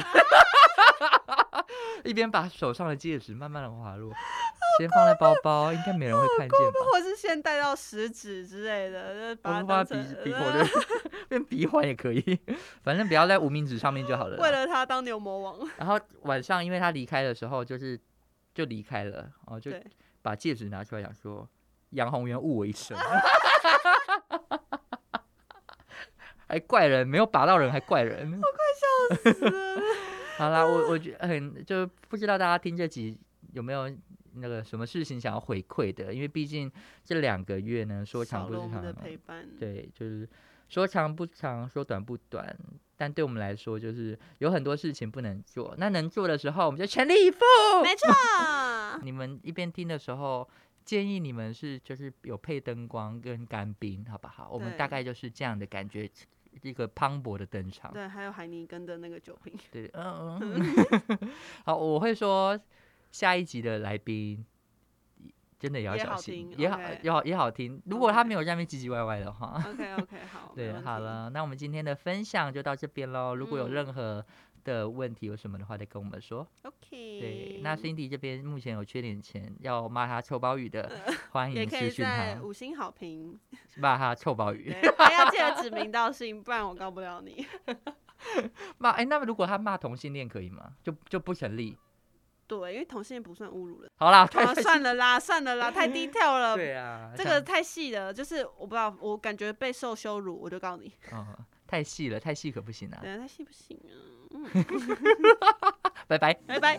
Speaker 1: 一边把手上的戒指慢慢的滑落，先放在包包，应该没人会看见吧？
Speaker 2: 或是先戴到食指之类的，就
Speaker 1: 我
Speaker 2: 哦把它
Speaker 1: 们把
Speaker 2: 当
Speaker 1: 它
Speaker 2: 成呃
Speaker 1: 鼻鼻孔的 变鼻环也可以，反正不要在无名指上面就好了
Speaker 2: 为
Speaker 1: 啦。
Speaker 2: 了他当牛魔王。
Speaker 1: 然后晚上，因为他离开的时候，就是就离开了，哦，就
Speaker 2: 对
Speaker 1: 把戒指拿出来，想说杨宏源误我一生，还怪人，没有把到人，还怪人。好啦，我我觉得很就不知道大家听这集有没有那个什么事情想要回馈的，因为毕竟这两个月呢，说长
Speaker 2: 少
Speaker 1: 不
Speaker 2: 了我们的
Speaker 1: 长，
Speaker 2: 陪伴，
Speaker 1: 对，就是说长不长，说短不短。但对我们来说，就是有很多事情不能做，那能做的时候，我们就全力以赴。
Speaker 2: 没错，
Speaker 1: 你们一边听的时候，建议你们是就是有配灯光跟干冰，好不好？我们大
Speaker 2: 对
Speaker 1: 概就是这样的感觉，一个磅礴的登场。
Speaker 2: 对，还有海尼根的那个酒 瓶，
Speaker 1: 对，嗯，嗯 好，我会说下一集的来宾真的也要
Speaker 2: 也
Speaker 1: 小
Speaker 2: 好
Speaker 1: 心，
Speaker 2: 听
Speaker 1: 也好
Speaker 2: ，OK
Speaker 1: 也好也好听。如果他没有在那边唧唧歪歪的话，
Speaker 2: OK OK，好，没
Speaker 1: 对，
Speaker 2: 问
Speaker 1: 好
Speaker 2: 题，
Speaker 1: 了，那我们今天的分享就到这边喽。如果有
Speaker 2: 嗯
Speaker 1: 任何的问题有什么的话，再跟我们说。
Speaker 2: ，OK，
Speaker 1: 对，那 Cindy 这边目前有缺点钱要骂他臭鲍鱼的，欢
Speaker 2: 呃也
Speaker 1: 迎
Speaker 2: 可
Speaker 1: 私
Speaker 2: 以
Speaker 1: 讯他
Speaker 2: 在，五星好评，
Speaker 1: 骂他臭鲍鱼。
Speaker 2: 对，还要记得指名道姓，不然我告不了你。
Speaker 1: 骂哎、那么如果他骂同性恋可以吗？就就不成立。
Speaker 2: 对，因为同性恋不算 侮辱人。
Speaker 1: 好啦，啊太
Speaker 2: 好，算了啦，算了啦，太 detail 了，
Speaker 1: 对啊，
Speaker 2: 这
Speaker 1: 像
Speaker 2: 个太细了，就是我不知道，我感觉被受羞辱，我就告你，
Speaker 1: 哦，太细了，太细可不行啊。
Speaker 2: 等下太细不行啊，
Speaker 1: 拜拜。
Speaker 2: 拜拜。